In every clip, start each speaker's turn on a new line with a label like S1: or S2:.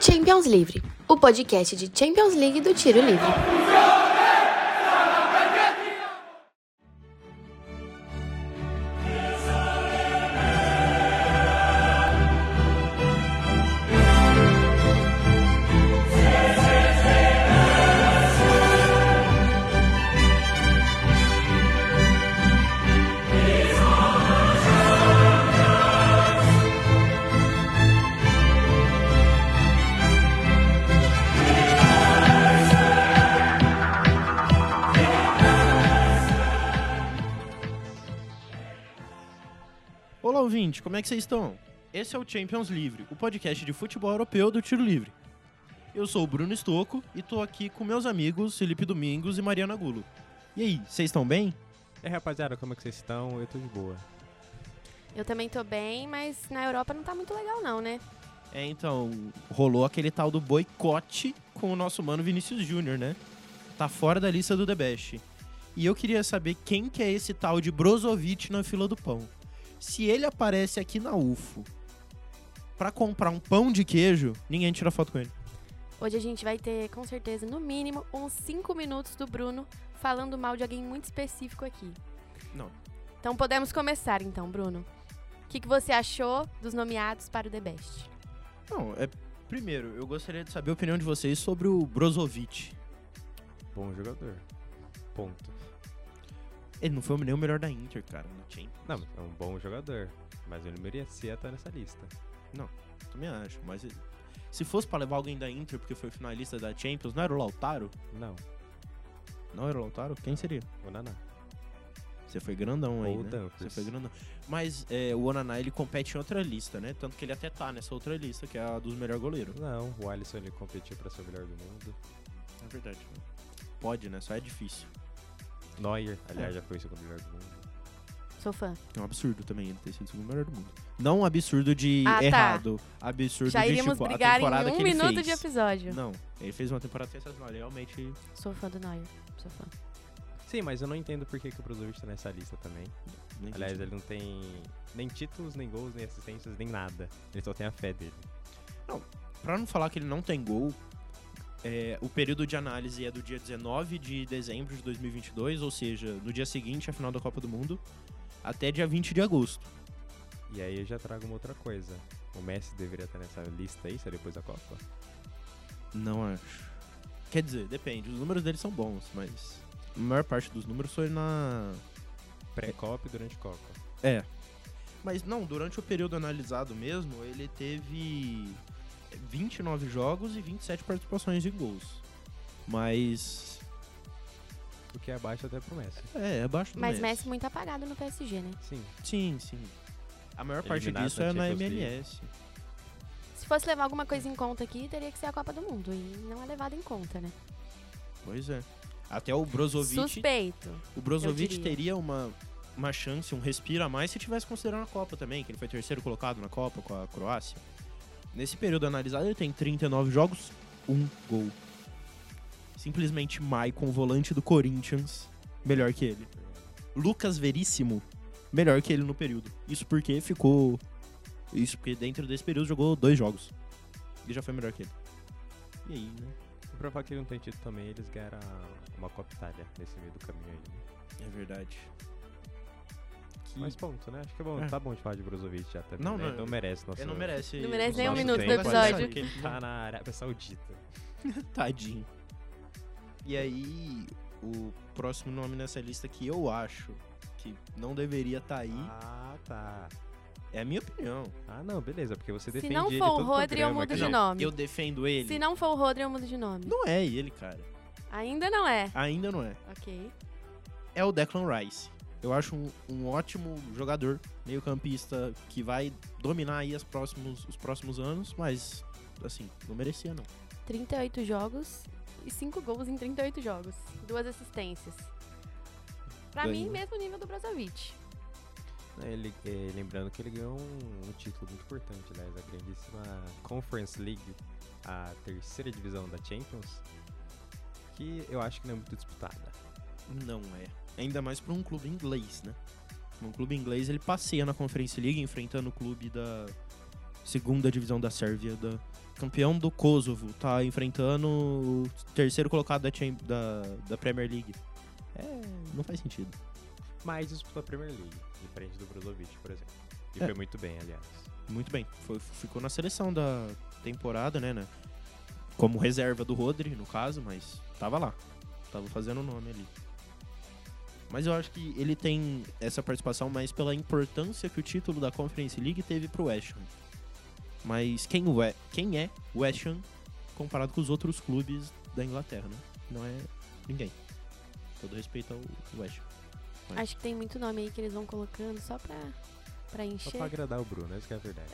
S1: Champions Livre, o podcast de Champions League do Tiro Livre.
S2: Olá, ouvinte, como é que vocês estão? Esse é o Champions Livre, o podcast de futebol europeu do Tiro Livre. Eu sou o Bruno Estocco e tô aqui com meus amigos Felipe Domingos e Mariana Gulo. E aí, vocês estão bem?
S3: E aí, rapaziada, como é que vocês estão? Eu tô de boa.
S4: Eu também tô bem, mas na Europa não tá muito legal não, né?
S2: É, então, rolou aquele tal do boicote com o nosso mano Vinícius Júnior, né? Tá fora da lista do The Best. E eu queria saber quem que é esse tal de Brozovic na fila do pão. Se ele aparece aqui na UFO pra comprar um pão de queijo, ninguém tira foto com ele.
S4: Hoje a gente vai ter, com certeza, no mínimo, uns 5 minutos do Bruno falando mal de alguém muito específico aqui.
S2: Não.
S4: Então podemos começar então, Bruno. O que, que você achou dos nomeados para o The Best?
S2: Não, é. Primeiro, eu gostaria de saber a opinião de vocês sobre o Brozovic.
S3: Bom jogador. Ponto.
S2: Ele não foi nem o melhor da Inter, cara, no Champions.
S3: Não, mas é um bom jogador. Mas ele merecia estar nessa lista.
S2: Eu também acho, mas ele- se fosse pra levar alguém da Inter porque foi finalista da Champions, não era o Lautaro?
S3: Não,
S2: Não era o Lautaro? Quem seria?
S3: o Naná.
S2: Você foi grandão aí,
S3: Ou o
S2: né?
S3: Dumfries.
S2: Você foi grandão. Mas é, o Onaná, ele compete em outra lista, né? Tanto que ele até tá nessa outra lista, que é a dos melhores goleiros.
S3: Não, o Alisson ele competiu pra ser o melhor do mundo.
S2: É verdade. Pode, né? Só é difícil.
S3: Neuer, aliás, já foi o segundo melhor do mundo.
S4: Sou fã.
S2: É um absurdo também ele ter sido o segundo melhor do mundo. Não um absurdo de
S4: Ah, tá.
S2: errado. Absurdo
S4: Já
S2: de,
S4: iríamos
S2: tipo, a
S4: brigar em
S2: temporada que
S4: um
S2: ele
S4: minuto
S2: fez.
S4: de episódio.
S2: Não, ele fez uma temporada sensacional, ele realmente.
S4: Sou fã do Neuer. Sou fã.
S3: Sim, mas eu não entendo por que, que o Brozovic tá nessa lista também.
S2: nem
S3: Aliás,
S2: fez.
S3: ele não tem nem títulos, nem gols, nem assistências, nem nada. Ele só tem a fé dele.
S2: Pra não falar que ele não tem gol, é, o período de análise é do dia 19 de dezembro de 2022, ou seja, no dia seguinte à final da Copa do Mundo, até dia 20 de agosto.
S3: E aí eu já trago uma outra coisa. O Messi deveria estar nessa lista aí, só depois da Copa.
S2: Não acho. Quer dizer, depende, os números dele são bons, mas a maior parte dos números foi na.
S3: Pré-Copa e durante Copa.
S2: É. Mas não, durante o período analisado mesmo, ele teve 29 jogos e 27 participações em gols. Mas.
S3: O que é abaixo até pro Messi.
S2: É, é abaixo do
S4: Mas Messi muito apagado no PSG, né?
S3: Sim.
S2: Sim, sim. A maior parte
S3: Eliminado
S2: disso
S3: na
S2: é na
S3: Champions League.
S2: MLS.
S4: Se fosse levar alguma coisa em conta aqui, teria que ser a Copa do Mundo. E não é levado em conta, né?
S2: Pois é. Até o Brozovic.
S4: Suspeito.
S2: O Brozovic
S4: diria.
S2: teria uma, uma chance, um respiro a mais se tivesse considerando a Copa também, que ele foi terceiro colocado na Copa com a Croácia. Nesse período analisado, ele tem 39 jogos, um gol. Simplesmente Maicon, volante do Corinthians, melhor que ele. Lucas Veríssimo, melhor que ele no período. Isso porque ficou. Isso porque dentro desse período jogou dois jogos. E já foi melhor que ele. E aí, né?
S3: E pra falar é que ele não tem título também, eles ganharam a- uma Copa Itália nesse meio do caminho aí. né?
S2: É verdade. Que...
S3: Mas ponto, né? Acho que é bom.
S2: É.
S3: Tá bom de falar de Brozovic já também.
S2: Não,
S3: né?
S2: não,
S3: Então merece nosso.
S2: Ele não merece.
S4: Não merece
S2: o
S4: nem um
S2: nosso
S4: minuto do
S2: tempo,
S4: episódio.
S2: sabe? Que ele tá
S3: Tá na Arábia Saudita.
S2: tadinho. E aí, o próximo nome nessa lista que eu acho que não deveria estar aí,
S3: Ah, tá.
S2: é a minha opinião.
S3: Ah, não, beleza, porque você
S4: Se
S3: defende
S4: não
S3: ele
S4: for o
S3: todo
S4: Rodri, eu
S3: programa
S4: mudo
S3: aqui.
S4: de nome.
S2: Eu defendo ele.
S4: Se não for o Rodri, eu mudo de nome.
S2: Não é ele, cara.
S4: Ainda não é.
S2: Ainda não é.
S4: Ok.
S2: É o Declan Rice. Eu acho um, um ótimo jogador, meio campista, que vai dominar aí as próximos, os próximos anos, mas, assim, não merecia, não.
S4: 38 jogos e 5 gols em 38 jogos. Duas assistências. Pra
S2: Ganhou.
S4: mim, mesmo nível do Brozovic.
S3: Ele, eh, lembrando que ele ganhou um, um título muito importante, aliás, a grandíssima Conference League, a terceira divisão da Champions, que eu acho que não é muito disputada.
S2: Não é. Ainda mais pra um clube inglês, né? Um clube inglês, ele passeia na Conference League enfrentando o clube da segunda divisão da Sérvia, da- campeão do Kosovo, tá enfrentando o terceiro colocado da, Cham- da, da Premier League. É, não faz sentido.
S3: Mas disputou a Premier League, diferente do Brozovic, por exemplo. E
S2: É.
S3: foi muito bem, aliás.
S2: Muito bem, foi- ficou na seleção da temporada, né, né? Como reserva do Rodri, no caso, mas tava lá. Tava fazendo o nome ali. Mas eu acho que ele tem essa participação mais pela importância que o título da Conference League teve pro West Ham. Mas quem, o é, quem é o West Ham comparado com os outros clubes da Inglaterra, né? Não é ninguém. Todo respeito ao West Ham.
S4: Acho que tem muito nome aí que eles vão colocando só pra, pra
S3: Só
S4: encher.
S3: pra agradar o Bruno, essa que é a verdade.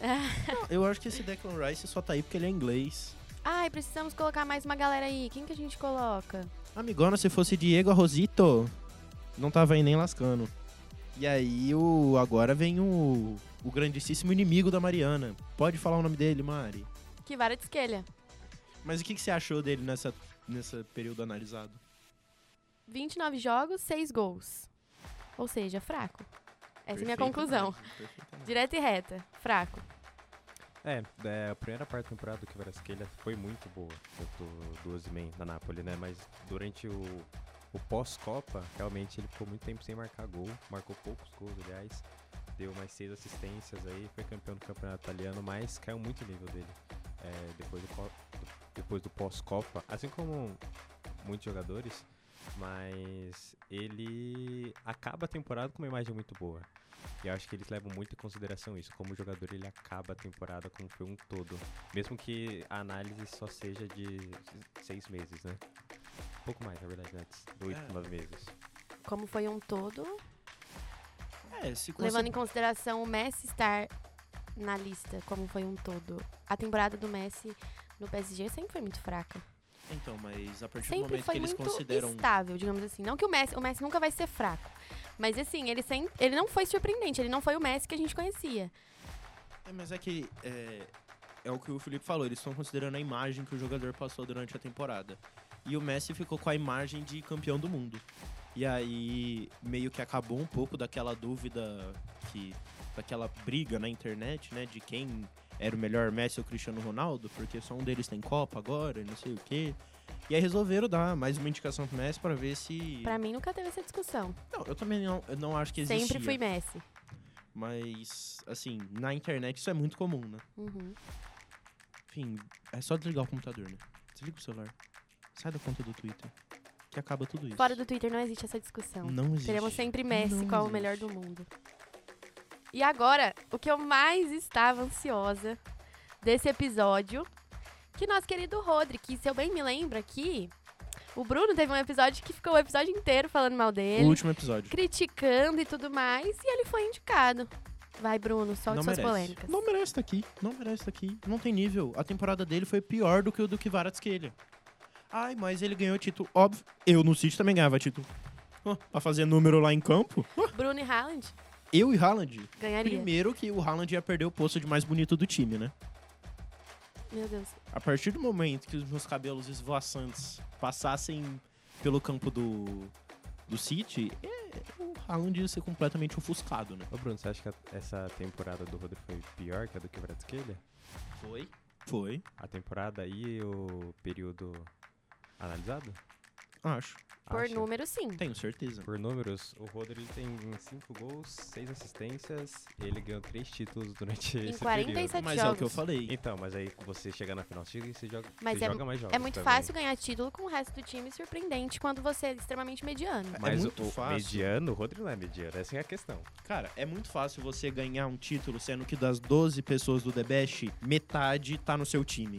S2: Eu acho que esse Declan Rice só tá aí porque ele é inglês.
S4: Ai, precisamos colocar mais uma galera aí. Quem que a gente coloca?
S2: Amigona, se fosse Diego Arrosito, não tava aí nem lascando. E aí o agora vem o, o grandíssimo inimigo da Mariana. Pode falar o nome dele, Mari.
S4: Que vara de esquelha.
S2: Mas o que, que você achou dele nessa nesse período analisado?
S4: 29 jogos, 6 gols. Ou seja, fraco. Essa é a minha
S2: Perfeita
S4: conclusão.
S2: análise, perfeita análise.
S4: Direta e reta. Fraco.
S3: É, é, a primeira parte da temporada do Kvaratskhelia foi muito boa, tanto do Osimhen da Napoli, né? Mas durante o, o pós-Copa, realmente ele ficou muito tempo sem marcar gol, marcou poucos gols, aliás, deu mais seis assistências aí, foi campeão do campeonato italiano, mas caiu muito o nível dele é, depois do, co- do- depois do pós-Copa, assim como muitos jogadores, mas ele acaba a temporada com uma imagem muito boa. E eu acho que eles levam muito em consideração isso. Como jogador, ele acaba a temporada como foi um todo. Mesmo que a análise só seja de seis meses, né? Um pouco mais, na verdade, antes. Oito,
S2: É.
S3: nove meses.
S4: Como foi um todo,
S2: É, se consi-
S4: levando em consideração o Messi estar na lista, como foi um todo. A temporada do Messi no PSG sempre foi muito fraca.
S2: Então, mas a partir do
S4: Sempre
S2: momento
S4: foi
S2: que eles
S4: muito
S2: consideram. um
S4: estável, digamos assim. Não que o Messi, o Messi nunca vai ser fraco. Mas assim, ele, sem, ele não foi surpreendente, ele não foi o Messi que a gente conhecia.
S2: É, mas é que é, é o que o Felipe falou, eles estão considerando a imagem que o jogador passou durante a temporada. E o Messi ficou com a imagem de campeão do mundo. E aí meio que acabou um pouco daquela dúvida que daquela briga na internet, né, de quem era o melhor Messi ou Cristiano Ronaldo, porque só um deles tem Copa agora, e não sei o quê. E aí resolveram dar mais uma indicação pro Messi pra ver se
S4: Pra mim nunca teve essa discussão.
S2: Não, eu também não, eu não acho que existia.
S4: Sempre fui Messi.
S2: Mas assim, na internet isso é muito comum, né?
S4: Uhum.
S2: Enfim, é só desligar o computador, né? Desliga o celular. Sai da conta do Twitter. Que acaba tudo isso.
S4: Fora do Twitter não existe essa discussão.
S2: Não existe.
S4: Teremos sempre Messi,
S2: Não
S4: qual o
S2: existe.
S4: melhor do mundo. E agora, o que eu mais estava ansiosa desse episódio, que nosso querido Rodri, que se eu bem me lembro aqui, o Bruno teve um episódio que ficou o episódio inteiro falando mal
S2: O
S4: dele,
S2: último episódio.
S4: criticando e tudo mais, e ele foi indicado. Vai, Bruno, solte
S2: não
S4: suas
S2: merece.
S4: polêmicas.
S2: Não merece estar aqui. Não merece estar aqui. Não tem nível. A temporada dele foi pior do que o do Kvaratskhelia. Ai, mas ele ganhou título. Óbvio. Eu no City também ganhava título. Ah, pra fazer número lá em campo. Ah,
S4: Bruno e Haaland
S2: eu e Haaland.
S4: ganharia.
S2: Primeiro que o Haaland ia perder o posto de mais bonito do time, né?
S4: Meu Deus.
S2: A partir do momento que os meus cabelos esvoaçantes passassem pelo campo do, do City, é, o Haaland ia ser completamente ofuscado, né?
S3: Ô Bruno, você acha que a- essa temporada do Rodrigo foi pior que a do Kvaratskhelia?
S2: Foi? Foi,
S3: A temporada e o período analisado?
S2: acho.
S4: Por
S3: Acha?
S4: número, sim.
S2: Tenho certeza.
S3: Por números, o Rodrigo tem 5 gols, 6 assistências, ele ganhou 3 títulos durante
S4: Em
S3: esse
S4: 47
S3: período.
S2: Mas é o
S4: jogos.
S2: que eu falei.
S3: Então, mas aí você chega na final, você você joga,
S4: Mas
S3: você
S4: é-
S3: joga mais jogos
S4: É muito
S3: também.
S4: fácil ganhar título com o resto do time surpreendente quando você é extremamente mediano.
S2: É
S3: Mas
S2: muito
S3: o
S2: fácil.
S3: mediano, o Rodrigo não é mediano, essa é a questão.
S2: Cara, é muito fácil você ganhar um título, sendo que das 12 pessoas do The Best, metade tá no seu time.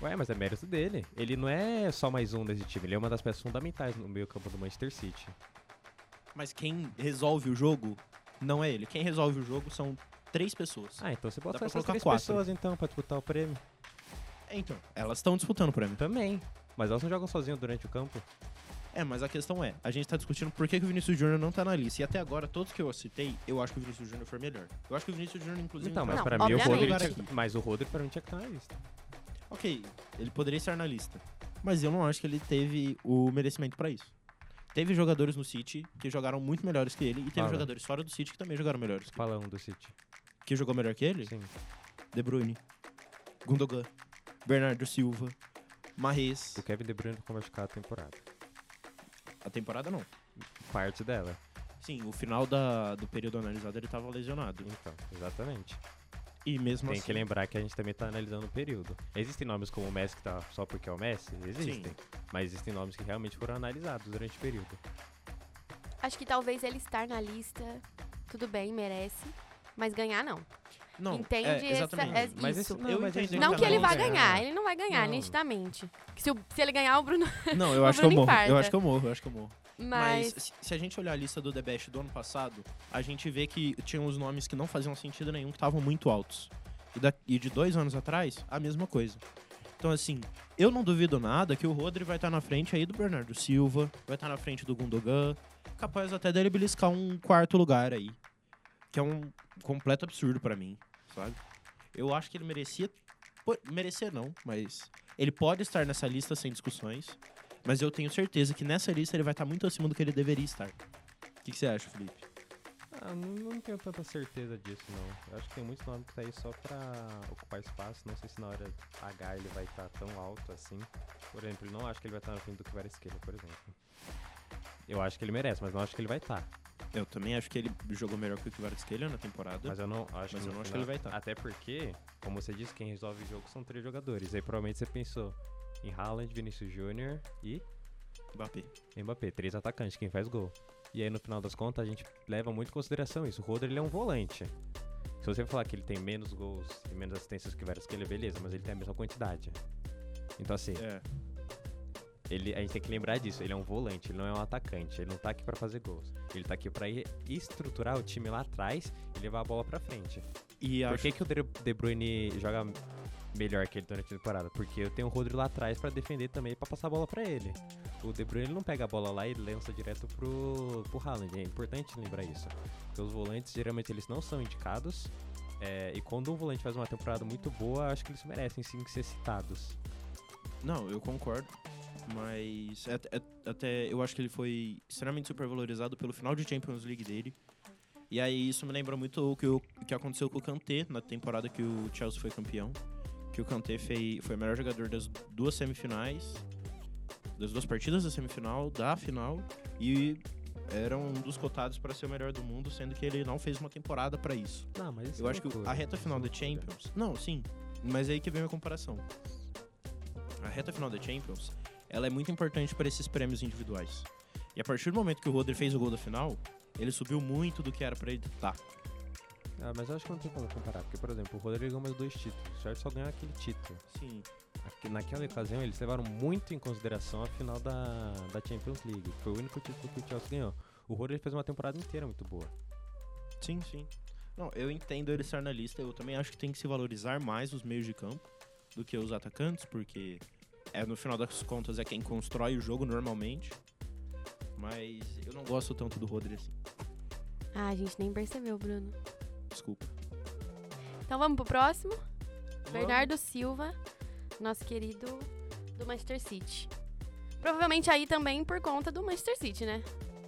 S3: Ué, mas é mérito dele. Ele não é só mais um desse time, ele é uma das peças fundamentais no meio campo do Manchester City.
S2: Mas quem resolve o jogo não é ele. Quem resolve o jogo são três pessoas.
S3: Ah, então você bota
S2: pra
S3: essas
S2: colocar
S3: três
S2: quatro.
S3: pessoas então pra disputar o prêmio.
S2: Então, elas estão disputando o prêmio.
S3: Também. Mas elas não jogam sozinhas durante o campo.
S2: É, mas a questão é, a gente tá discutindo por que, que o Vinícius Júnior não tá na lista. E até agora, todos que eu citei, eu acho que o Vinícius Júnior foi melhor. Eu acho que o Vinícius Júnior, inclusive...
S3: Então, mas
S4: Não,
S3: pra mim o
S4: obviamente.
S3: Rodrigo.
S2: Agora
S3: tinha- Mas o Rodrigo pra mim tinha que estar na lista.
S2: Ok, ele poderia estar na lista. Mas eu não acho que ele teve o merecimento pra isso. Teve jogadores no City que jogaram muito melhores que ele. E teve
S3: Fala.
S2: jogadores fora do City que também jogaram melhores que ele.
S3: Fala um do City.
S2: Que jogou melhor que ele?
S3: Sim.
S2: De Bruyne, Gundogan, Bernardo Silva, Marres.
S3: O Kevin De Bruyne ficou machucado a temporada.
S2: A temporada não.
S3: Parte dela.
S2: Sim, o final da, do período analisado ele tava lesionado.
S3: Então, exatamente.
S2: E mesmo
S3: Tem
S2: assim.
S3: que lembrar que a gente também tá analisando o período. Existem nomes como o Messi que tá só porque é o Messi? Existem. Mas existem nomes que realmente foram analisados durante o período.
S4: Acho que talvez ele estar na lista, tudo bem, merece. Mas ganhar não.
S2: Não,
S4: Entende
S2: é,
S4: essa-
S2: exatamente.
S4: é
S3: Hum, Mas
S4: isso.
S3: esse- não, é.
S2: Eu
S3: mas
S2: entendo.
S3: esse
S2: Ele
S4: não
S2: tá
S4: que ele
S2: bom,
S4: vá
S2: né?
S4: ganhar, ele não vai ganhar,
S3: Não.
S4: nitidamente. Que Se, o- se ele ganhar, o Bruno.
S2: Não, eu
S4: O
S2: acho que eu
S4: Bruno
S2: morro. Eu
S4: infarta.
S2: acho que eu morro, eu acho que eu morro. Mas,
S4: Mas.
S2: se- se a gente olhar a lista do The Best do ano passado, a gente vê que tinha uns nomes que não faziam sentido nenhum, que estavam muito altos. E, da- e de dois anos atrás, a mesma coisa. Então, assim, eu não duvido nada que o Rodri vai estar na frente aí do Bernardo Silva, vai estar na frente do Gundogan, capaz até dele beliscar um quarto lugar aí. Que é um completo absurdo pra mim, sabe? Eu acho que ele merecia. po- Merecer não, mas. Ele pode estar nessa lista sem discussões. Mas eu tenho certeza que nessa lista ele vai estar muito acima do que ele deveria estar. O que, que você acha, Felipe?
S3: Ah, não, não tenho tanta certeza disso, não. Eu acho que tem muitos nomes que tá aí só pra ocupar espaço. Não sei se na hora H ele vai estar tão alto assim. Por exemplo, eu não acho que ele vai estar na frente do Kvaratskhelia, por exemplo. Eu acho que ele merece, mas não acho que ele vai tá. estar.
S2: Eu também acho que ele jogou melhor que o Kvaratskhelia na temporada.
S3: Mas eu não acho,
S2: Mas eu
S3: no
S2: não acho que ele vai tá. estar.
S3: Até porque, como você disse, quem resolve o jogo são três jogadores. Aí provavelmente você pensou em Haaland, Vinícius Júnior e
S2: Mbappé.
S3: Mbappé, três atacantes, quem faz gol. E aí no final das contas a gente leva muito em consideração isso. O Rodri ele é um volante. Se você falar que ele tem menos gols e menos assistências que várias que ele, é beleza, mas ele tem a mesma quantidade. Então assim,
S2: É.
S3: ele, a gente tem que lembrar disso. Ele é um volante, ele não é um atacante. Ele não tá aqui pra fazer gols. Ele tá aqui pra ir- estruturar o time lá atrás e levar a bola pra frente.
S2: E
S3: Por
S2: acho
S3: que, que o De- De Bruyne joga melhor que ele durante a temporada? Porque eu tenho o Rodrigo lá atrás pra defender também e pra passar a bola pra ele. O De Bruyne ele não pega a bola lá e lança direto pro, pro Haaland. É importante lembrar isso. Porque os volantes, geralmente, eles não são indicados. é, e quando um volante faz uma temporada muito boa, acho que eles merecem sim ser citados.
S2: Não, eu concordo. Mas at- at- até eu acho que ele foi extremamente supervalorizado pelo final de Champions League dele. E aí isso me lembra muito o que, o que aconteceu com o Kanté na temporada que o Chelsea foi campeão. Que o Kanté fei- foi o melhor jogador das duas semifinais, das duas partidas da semifinal, da final. E era um dos cotados para ser o melhor do mundo, sendo que ele não fez uma temporada para isso.
S3: Não, mas isso
S2: Eu
S3: é
S2: acho que o-
S3: loucura,
S2: a reta
S3: isso
S2: final
S3: é
S2: da
S3: loucura.
S2: Champions. Não, sim. Mas aí que vem a comparação. A reta final da Champions, ela é muito importante para esses prêmios individuais. E a partir do momento que o Rodri fez o gol da final, ele subiu muito do que era para ele estar.
S3: Ah, mas eu acho que não tem como comparar. Porque, por exemplo, o Rodrigo ganhou mais dois títulos. O Jorge só ganhou aquele título.
S2: Sim.
S3: Aqui- Naquela ocasião, eles levaram muito em consideração a final da, da Champions League. que Foi o único título que o Chelsea ganhou. O Rodri fez uma temporada inteira muito boa.
S2: Sim, sim. Não, eu entendo ele estar na lista. Eu também acho que tem que se valorizar mais os meios de campo do que os atacantes, porque é no final das contas é quem constrói o jogo normalmente. Mas eu não gosto tanto do Rodri assim.
S4: Ah, a gente nem percebeu, Bruno.
S2: Desculpa.
S4: Então vamos pro próximo? Bernardo Silva, nosso querido do Manchester City. Provavelmente aí também por conta do Manchester City, né?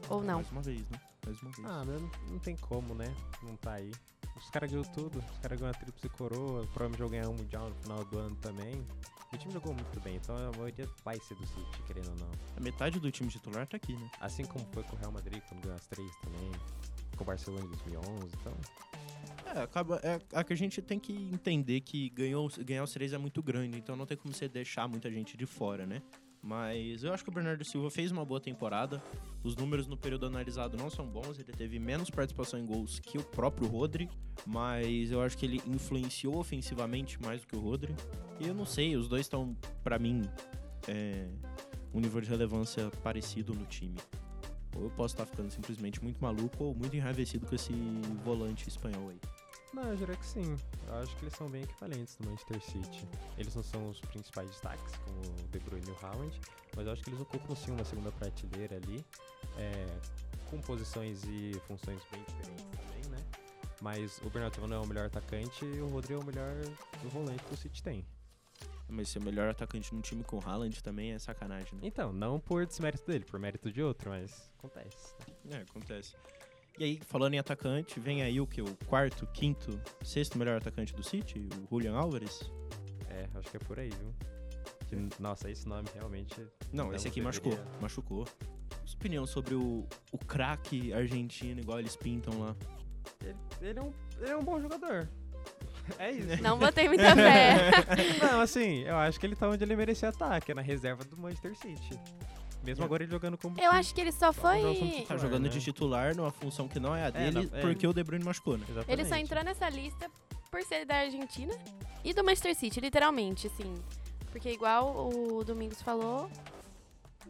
S4: Ou não?
S2: Mais uma vez, né? Mais uma vez.
S3: Ah, mas não, não tem como, né? Não tá aí. Os caras ganham tudo. Os caras ganham a tríplice coroa. Provavelmente vão ganhar o Mundial no final do ano também. O time jogou muito bem, então a maioria vai ser do City, querendo ou não.
S2: A metade do time titular tá aqui, né?
S3: Assim como foi com o Real Madrid, quando ganhou as três também. Com o Barcelona em 2011, então...
S2: É, acaba. É, a que a gente tem que entender que ganhou, ganhar os três é muito grande, então não tem como você deixar muita gente de fora, né? Mas eu acho que o Bernardo Silva fez uma boa temporada. Os números no período analisado não são bons, ele teve menos participação em gols que o próprio Rodri, mas eu acho que ele influenciou ofensivamente mais do que o Rodri. E eu não sei, os dois estão, pra mim, é, um nível de relevância parecido no time. Ou eu posso estar ficando simplesmente muito maluco ou muito enraivecido com esse volante espanhol aí.
S3: Não, eu diria que sim. Eu acho que eles são bem equivalentes no Manchester City. Eles não são os principais destaques, como o De Bruyne e o Haaland, mas eu acho que eles ocupam sim uma segunda prateleira ali, é, com posições e funções bem diferentes também, né? Mas o Bernardo Silva não é o melhor atacante e o Rodrigo é o melhor volante que o City tem.
S2: Mas ser o melhor atacante num time com o Haaland também é sacanagem, né?
S3: Então, não por desmérito dele, por mérito de outro, mas acontece.
S2: É, acontece. E aí, falando em atacante, vem aí o que? O quarto, quinto, sexto melhor atacante do City? O Julian Álvares?
S3: É, acho que é por aí, viu? Que- Nossa, esse nome realmente.
S2: Não,
S3: não
S2: esse aqui machucou.
S3: deveria-
S2: Machucou. Sua opinião sobre o, o craque argentino, igual eles pintam lá?
S3: Ele é um, ele é um bom jogador. É isso.
S4: Não botei muita fé.
S3: Não, assim, eu acho que ele tá onde ele merecia estar, que é na reserva do Manchester City.
S2: É.
S3: Mesmo agora ele jogando como.
S4: Eu acho que ele só foi.
S3: Não, não,
S2: Tá
S3: Titular,
S2: jogando
S3: né?
S2: de titular numa função que não é a
S3: É,
S2: dele,
S3: não, é.
S2: porque o De Bruyne machucou, né?
S3: Exatamente.
S4: Ele só entrou nessa lista por ser da Argentina e do Manchester City, literalmente, assim. Porque igual o Domingos falou,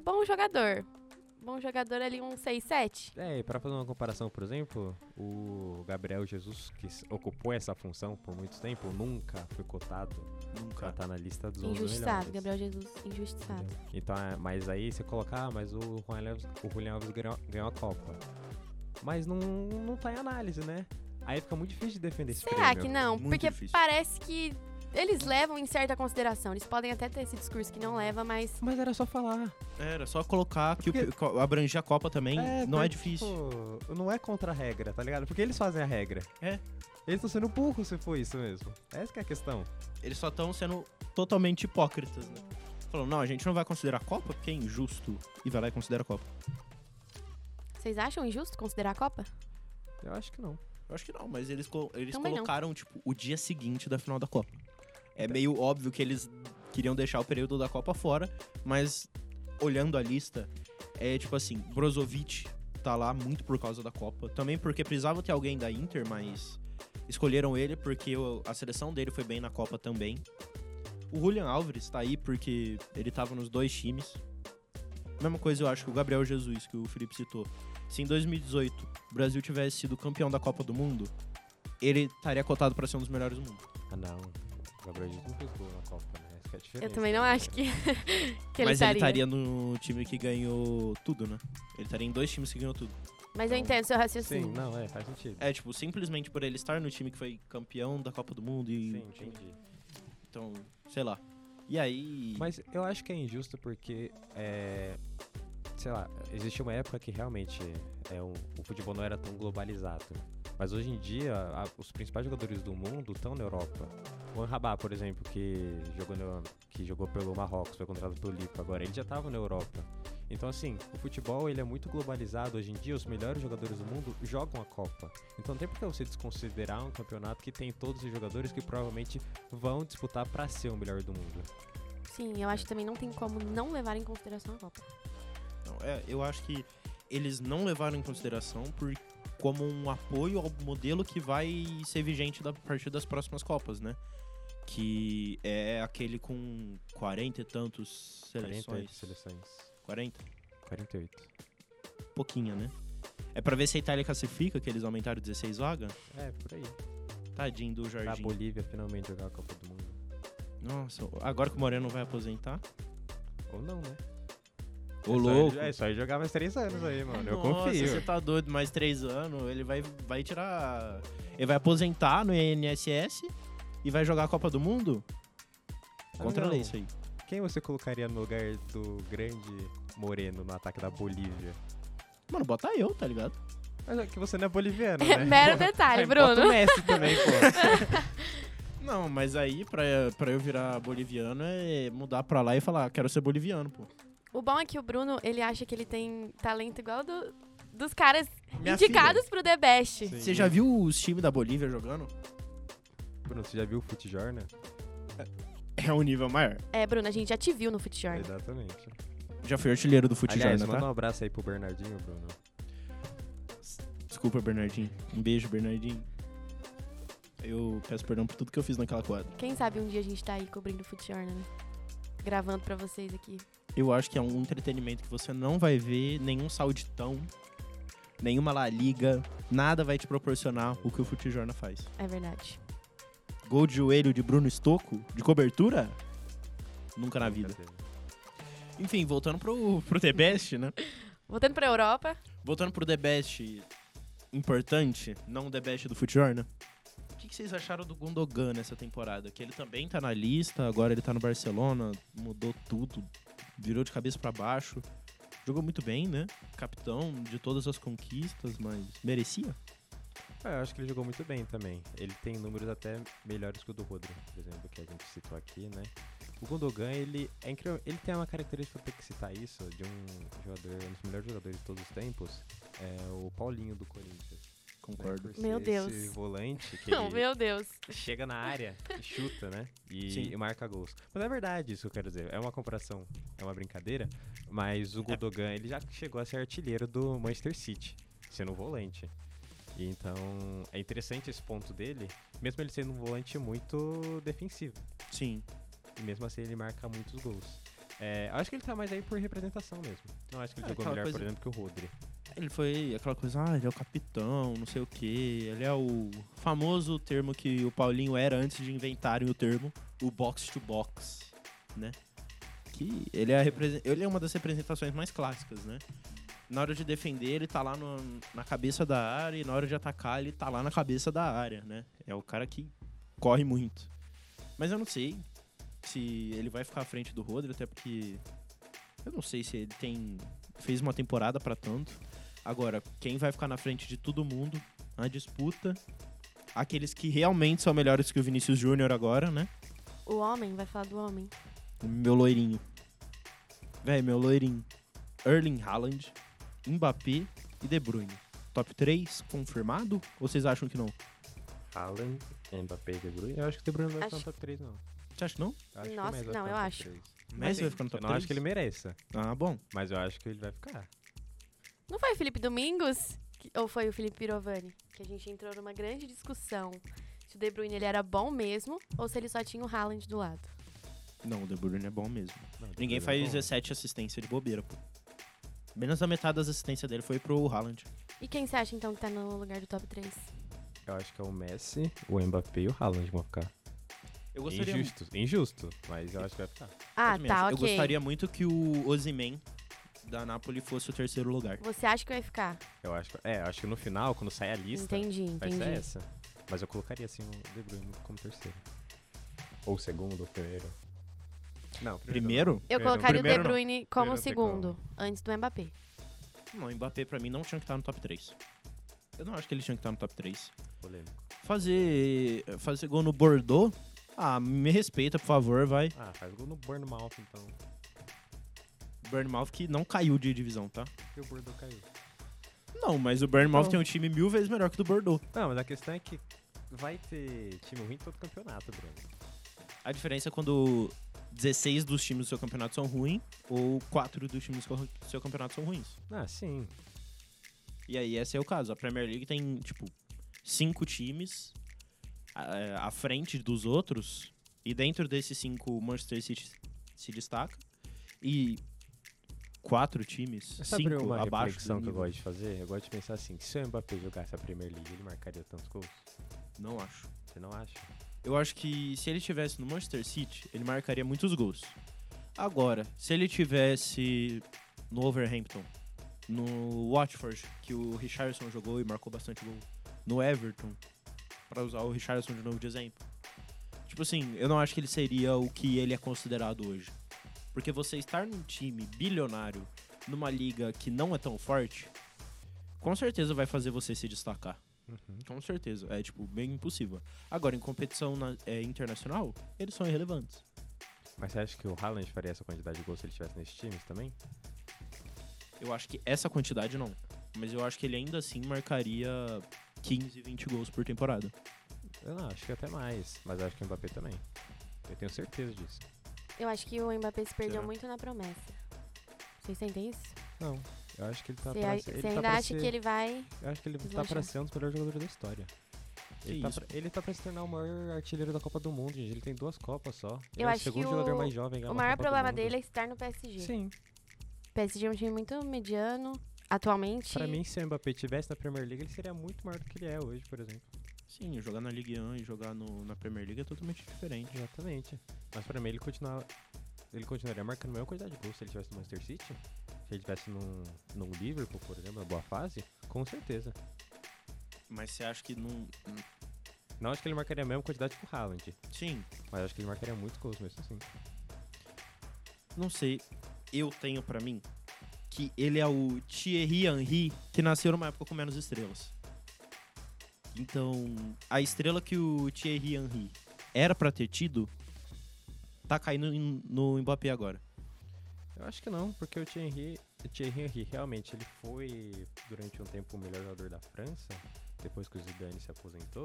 S4: bom jogador. Bom jogador ali, um 6-7.
S3: É, e pra fazer uma comparação, por exemplo, o Gabriel Jesus, que s- ocupou essa função por muito tempo, nunca foi cotado pra
S2: Nunca.
S3: estar na lista
S2: é
S3: dos 11
S4: Injustiçado,
S3: melhores.
S4: Gabriel Jesus, injustiçado.
S3: Entendeu? Então, é, mas aí você colocar, "Ah, mas o Julian Alves, o Julian Alves ganhou, ganhou a Copa. Mas não, não tá em análise, né? Aí fica muito difícil de defender esse
S4: Será
S3: prêmio.
S4: que não?
S2: Muito
S4: Porque
S2: difícil.
S4: parece que eles levam em certa consideração. Eles podem até ter esse discurso que não leva, mas
S3: Mas era só falar.
S2: Era só colocar que o-
S3: Porque-
S2: co- abranger a Copa também não é
S3: porque,
S2: difícil.
S3: tipo, não é contra a regra, tá ligado? Porque eles fazem a regra.
S2: É.
S3: Eles estão sendo burros se for isso mesmo. Essa que é a questão.
S2: Eles só estão sendo totalmente hipócritas, né? Falou, não, a gente não vai considerar a Copa porque é injusto. E vai lá e considera a Copa.
S4: vocês acham injusto considerar a Copa?
S3: Eu acho que não.
S2: Eu acho que não, mas eles, co- eles
S4: Também não.
S2: colocaram, tipo, o dia seguinte da final da Copa. É meio óbvio que eles queriam deixar o período da Copa fora, mas olhando a lista, é tipo assim, Brozovic tá lá muito por causa da Copa. Também porque precisava ter alguém da Inter, mas escolheram ele porque o- a seleção dele foi bem na Copa também. O Julian Álvares tá aí porque ele tava nos dois times. Mesma coisa eu acho que o Gabriel Jesus, que o Felipe citou. Se em 2018 o Brasil tivesse sido campeão da Copa do Mundo, ele estaria cotado pra ser um dos melhores do mundo.
S3: Ah, não. O Gabriel Jesus não fez gol na Copa, né? Essa que é a diferença.
S4: Eu também não acho que, que ele
S2: Mas
S4: estaria.
S2: ele estaria no time que ganhou tudo, né? Ele estaria em dois times que ganhou tudo.
S4: Mas eu
S2: então.
S4: entendo seu raciocínio.
S2: né?
S3: Sim, não, é, faz sentido.
S2: É, tipo, simplesmente por ele estar no time que foi campeão da Copa do Mundo e.
S3: Sim, entendi.
S2: Então, sei lá. E aí.
S3: Mas eu acho que é injusto porque, é, sei lá, existe uma época que realmente é, o, o futebol não era tão globalizado. Mas hoje em dia, a- os principais jogadores do mundo estão na Europa. O Anrabá, por exemplo, que jogou, no- que jogou pelo Marrocos, foi contratado pelo Lipo agora, ele já estava na Europa. Então, assim, o futebol ele é muito globalizado. Hoje em dia, os melhores jogadores do mundo jogam a Copa. Então, não tem por que você desconsiderar um campeonato que tem todos os jogadores que provavelmente vão disputar para ser o melhor do mundo.
S4: Sim, eu acho que também não tem como não levar em consideração a Copa.
S2: Não, é, eu acho que eles não levaram em consideração por, como um apoio ao modelo que vai ser vigente da- a partir das próximas Copas, né? Que é aquele com 40 e tantos seleções.
S3: 48 seleções.
S2: 40?
S3: 48.
S2: Pouquinha, né? É pra ver se a Itália classifica, que eles aumentaram 16 vagas.
S3: É, por aí.
S2: Tadinho do
S3: Pra
S2: Jardim.
S3: Bolívia finalmente jogar a Copa do Mundo.
S2: Nossa, agora que o Moreno vai aposentar.
S3: Ou não, né?
S2: Ô,
S3: É só
S2: louco.
S3: ele- É só ele jogar mais três anos aí, mano. Eu
S2: Nossa, você
S3: confio.
S2: tá doido, mais três anos, ele vai, vai tirar. Ele vai aposentar no INSS e vai jogar a Copa do Mundo? Contra a
S3: não.
S2: lei isso aí.
S3: Quem você colocaria no lugar do grande Moreno no ataque da Bolívia?
S2: Mano, bota eu, tá ligado?
S3: Mas é que você não é boliviano,
S4: É
S3: né?
S4: mero detalhe,
S3: Aí Bota o
S4: Bruno.
S3: Messi também, pô.
S2: Não, mas aí pra, pra eu virar boliviano é mudar pra lá e falar, quero ser boliviano, pô.
S4: O bom é que o Bruno, ele acha que ele tem talento igual do, dos caras
S2: Minha
S4: indicados pro The Best.
S3: Sim.
S2: Você já viu os times da Bolívia jogando?
S3: Bruno, você já viu o Futjorna?
S2: É um nível maior.
S4: É, Bruno, a gente já te viu no Futjorn.
S3: Exatamente.
S2: Já fui artilheiro do futebol,
S3: Aliás,
S2: né,
S3: manda
S2: tá?
S3: um abraço aí pro Bernardinho, Bruno.
S2: Desculpa, Bernardinho. Um beijo, Bernardinho. Eu peço perdão por tudo que eu fiz naquela quadra.
S4: Quem sabe um dia a gente tá aí cobrindo o Futjorn, né? Gravando pra vocês aqui.
S2: Eu acho que é um entretenimento que você não vai ver nenhum sauditão, nenhuma La Liga, nada vai te proporcionar o que o Futijorna faz.
S4: É verdade.
S2: Gol de joelho de Bruno Stocco, de cobertura? Nunca na vida. Enfim, voltando pro, pro The Best, né?
S4: Voltando pra Europa,
S2: Voltando pro The Best importante, não o The Best do Futjorna. O que, que vocês acharam do Gundogan nessa temporada? Que ele também tá na lista, agora ele tá no Barcelona, mudou tudo, virou de cabeça pra baixo. Jogou muito bem, né? Capitão de todas as conquistas, mas merecia.
S3: É, eu acho que ele jogou muito bem também. Ele tem números até melhores que o do Rodri, por exemplo, que a gente citou aqui, né? O Gundogan, ele é incrível. Ele tem uma característica, eu tenho que citar isso, de um jogador, um dos melhores jogadores de todos os tempos, é o Paulinho do Corinthians.
S2: Concordo.
S3: Né? Por
S4: Meu
S3: ser
S4: Deus.
S3: Esse volante que
S4: Não,
S3: ele
S4: meu Deus.
S3: chega na área e chuta, né? E,
S2: Sim.
S3: e marca gols. Mas é verdade isso que eu quero dizer. É uma comparação, é uma brincadeira. Mas o Gundogan, ele já chegou a ser artilheiro do Manchester City, sendo um volante. E Então, é interessante esse ponto dele, mesmo ele sendo um volante muito defensivo.
S2: Sim.
S3: E mesmo assim, ele marca muitos gols. É, eu acho que ele tá mais aí por representação mesmo. Não acho que ele
S2: É,
S3: jogou
S2: aquela
S3: melhor, por
S2: coisa-
S3: exemplo, que o Rodri.
S2: Ele foi aquela coisa, ah, ele é o capitão, não sei o quê. Ele é o famoso termo que o Paulinho era antes de inventarem o termo, o box to box, né? Que ele é, a represen- ele é uma das representações mais clássicas, né? Na hora de defender, ele tá lá no- na cabeça da área, e na hora de atacar, ele tá lá na cabeça da área, né? É o cara que corre muito. Mas eu não sei se ele vai ficar à frente do Rodri, até porque eu não sei se ele tem fez uma temporada pra tanto. Agora, quem vai ficar na frente de todo mundo na disputa? Aqueles que realmente são melhores que o Vinícius Júnior agora, né?
S4: O homem, vai falar do homem.
S2: O Meu loirinho. Véi, meu loirinho. Erling Haaland, Mbappé e De Bruyne. Top 3 confirmado? Ou vocês acham que não?
S3: Alan, Mbappé e De Bruyne. Eu acho que o De Bruyne vai ficar no
S4: Acho-
S3: top 3, não.
S2: Você acha que não?
S3: Eu acho que o
S4: Nossa,
S3: Messi vai
S4: não,
S3: ficar
S4: eu
S3: no top
S4: acho.
S3: três.
S2: Messi
S3: Mas,
S2: vai
S3: assim,
S2: ficar no top
S3: Eu não acho que
S2: 3?
S3: ele mereça,
S2: Ah, bom.
S3: mas eu acho que ele vai ficar.
S4: Não foi o Felipe Domingos? Que- Ou foi o Felipe Pirovani? Que a gente entrou numa grande discussão se o De Bruyne ele era bom mesmo ou se ele só tinha o Haaland do lado.
S2: Não, o De Bruyne é bom mesmo.
S3: Não, o De
S2: Ninguém
S3: Bruyne é
S2: faz
S3: bom.
S2: 17 assistência de bobeira, pô. Menos da metade das assistências dele foi pro Haaland.
S4: E quem você acha então que tá no lugar do top 3?
S3: Eu acho que é o Messi, o Mbappé e o Haaland vão ficar.
S2: Eu
S3: Injusto, injusto, mas eu acho que vai ficar.
S4: Ah,
S2: também
S4: tá, ok.
S2: acho. Eu gostaria muito que o Ozyman da Napoli fosse o terceiro lugar.
S4: Você acha que vai ficar?
S3: Eu acho que, é, eu acho que no final, quando sair a lista,
S4: entendi,
S3: vai ser
S4: entendi.
S3: essa. Mas eu colocaria assim o De Bruyne como terceiro. Ou segundo, ou primeiro. Não,
S2: Primeiro?
S4: Eu
S3: Primeiro-
S4: colocaria o De
S2: primeiro não.
S4: Bruyne como
S3: Primeiro tem
S4: segundo, antes do Mbappé.
S2: Não, o Mbappé pra mim não tinha que estar no top 3. Eu não acho que ele tinha que estar no top 3.
S3: Polêmico.
S2: Fazer, fazer gol no Bordeaux? Ah, me respeita, por favor, vai.
S3: Ah, faz gol no Bournemouth, então.
S2: Bournemouth que não caiu de divisão, tá?
S3: E o Bordeaux caiu.
S2: Não, mas o Bournemouth
S3: Não.
S2: tem um time mil vezes melhor que o do Bordeaux.
S3: Não, mas a questão é que vai ter time ruim em todo campeonato, Bruno.
S2: A diferença é quando 16 dos times do seu campeonato são ruins ou 4 dos times do seu campeonato são ruins.
S3: Ah, sim.
S2: E aí, esse é o caso. A Premier League tem, tipo, cinco times é, à frente dos outros. E dentro desses cinco, o Manchester City se destaca. E quatro times,
S3: Sabe
S2: cinco
S3: uma
S2: abaixo. do
S3: reflexão que eu
S2: nível.
S3: gosto de fazer? Eu gosto de pensar assim, se o Mbappé jogasse a Premier League, ele marcaria tantos gols?
S2: Não acho.
S3: Você não acha?
S2: Eu acho que se ele tivesse no Manchester City, ele marcaria muitos gols. Agora, se ele tivesse no Overhampton, no Watford, que o Richardson jogou e marcou bastante gol, no Everton, pra usar o Richardson de novo de exemplo. Tipo assim, eu não acho que ele seria o que ele é considerado hoje. Porque você estar num time bilionário, numa liga que não é tão forte, com certeza vai fazer você se destacar. Com certeza. É, tipo, bem impossível. Agora, em competição na- é, internacional, eles são irrelevantes.
S3: Mas você acha que o Haaland faria essa quantidade de gols se ele estivesse nesses times também?
S2: Eu acho que essa quantidade não. Mas eu acho que ele ainda assim marcaria 15, 20 gols por temporada.
S3: Eu não, acho que até mais. Mas eu acho que o Mbappé também. Eu tenho certeza disso.
S4: Eu acho que o Mbappé se perdeu
S2: Será?
S4: muito na promessa. Vocês sentem isso?
S3: Não. Eu acho que ele tá
S4: Você
S3: pra
S4: ai-
S3: ser-
S4: você
S3: tá
S4: ainda
S3: pra
S4: acha
S3: ser-
S4: que ele vai
S3: Eu acho que ele tá pra
S4: Deslanchar.
S3: ser um dos melhores jogadores da história. Ele
S2: Que
S3: tá,
S2: isso.
S3: pra, ele tá pra se tornar o maior artilheiro da Copa do Mundo, gente. Ele tem duas Copas só.
S4: Eu
S3: Ele é o
S4: acho que
S3: segundo
S4: o-
S3: jogador mais jovem a ganhar
S4: O
S3: uma
S4: maior
S3: Copa do
S4: problema
S3: Mundo.
S4: dele é estar no PSG.
S3: Sim.
S4: O PSG é um time muito mediano. Atualmente.
S3: Pra mim, se o Mbappé tivesse na Premier League, ele seria muito maior do que ele é hoje, por exemplo.
S2: Sim, jogar na Ligue 1 e jogar no- na Premier League é totalmente diferente.
S3: Exatamente. Mas pra mim ele continuava. Ele continuaria marcando a mesma quantidade de gols se ele tivesse no Manchester City. Se ele tivesse num, num Liverpool, por exemplo, na boa fase, com certeza.
S2: Mas você acha que não. hum,
S3: Não acho que ele marcaria a mesma quantidade que o Haaland,
S2: Sim,
S3: mas acho que ele marcaria muitos gols mesmo assim.
S2: não sei. Eu tenho pra mim que que ele é o Thierry Henry, que nasceu numa época com menos estrelas. Então, a estrela que o Thierry Henry era pra ter tido tá caindo em- no Mbappé agora.
S3: Eu acho que não, porque o Thierry, o Thierry Henry realmente ele foi durante um tempo o melhor jogador da França, depois que o Zidane se aposentou.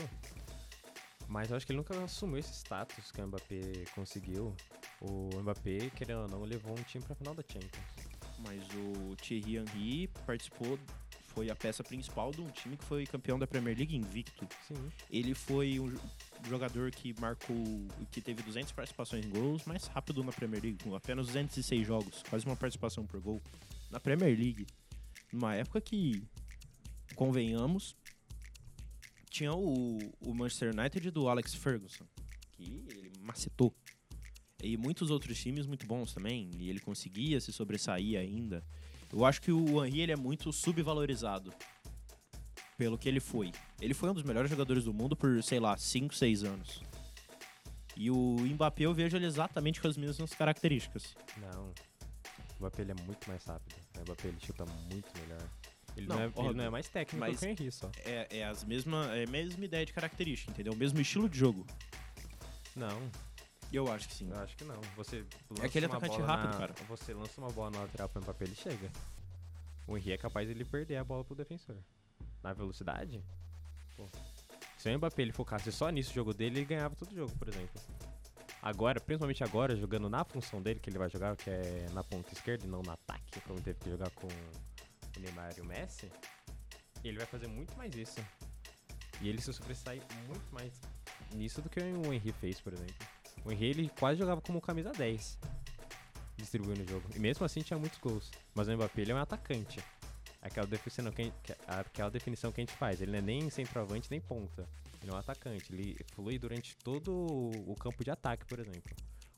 S3: Mas eu acho que ele nunca assumiu esse status que o Mbappé conseguiu. O Mbappé, querendo ou não, levou um time pra final da Champions.
S2: Mas o Thierry Henry participou, foi a peça principal de um time que foi campeão da Premier League invicto.
S3: Sim.
S2: Ele foi um jo- jogador que marcou, que teve 200 participações em gols, mais rápido na Premier League, com apenas 206 jogos, quase uma participação por gol na Premier League. Numa época que, convenhamos, tinha o, o Manchester United do Alex Ferguson, que ele macetou. E muitos outros times muito bons também, e ele conseguia se sobressair ainda. Eu acho que o Henry ele é muito subvalorizado pelo que ele foi. Ele foi um dos melhores jogadores do mundo por, sei lá, 5, 6 anos. E o Mbappé eu vejo ele exatamente com as mesmas características.
S3: Não. O Mbappé ele é muito mais rápido. O Mbappé ele chuta muito melhor. Ele
S2: Não,
S3: não, é, ele
S2: óbvio.
S3: não é mais técnico
S2: Mas-
S3: que o Henry só.
S2: É, é as mesma, é a mesma ideia de característica, entendeu? O mesmo estilo de jogo. é
S3: Não,
S2: Eu acho que sim.
S3: eu acho que não. Você lança
S2: É aquele
S3: uma
S2: atacante
S3: bola
S2: rápido,
S3: na-
S2: cara.
S3: Você lança uma bola na lateral pro Mbappé, ele chega. O Henry é capaz de ele perder a bola pro defensor. Na velocidade? Pô. Se o Mbappé ele focasse só nisso o jogo dele, ele ganhava todo o jogo, por exemplo. Agora, principalmente agora, jogando na função dele que ele vai jogar, que é na ponta esquerda e não no ataque, como teve que jogar com o Neymar e o Messi, ele vai fazer muito mais isso. E ele se sobressai muito mais nisso do que o Henry fez, por exemplo. O Henry ele quase jogava como camisa 10, distribuindo o jogo. E mesmo assim tinha muitos gols. Mas o Mbappé ele é um atacante. É Aquela definição que a, gente- que é, a- aquela definição que a gente faz. Ele não é nem centroavante nem ponta. Ele é um atacante. Ele flui durante todo o o campo de ataque, por exemplo.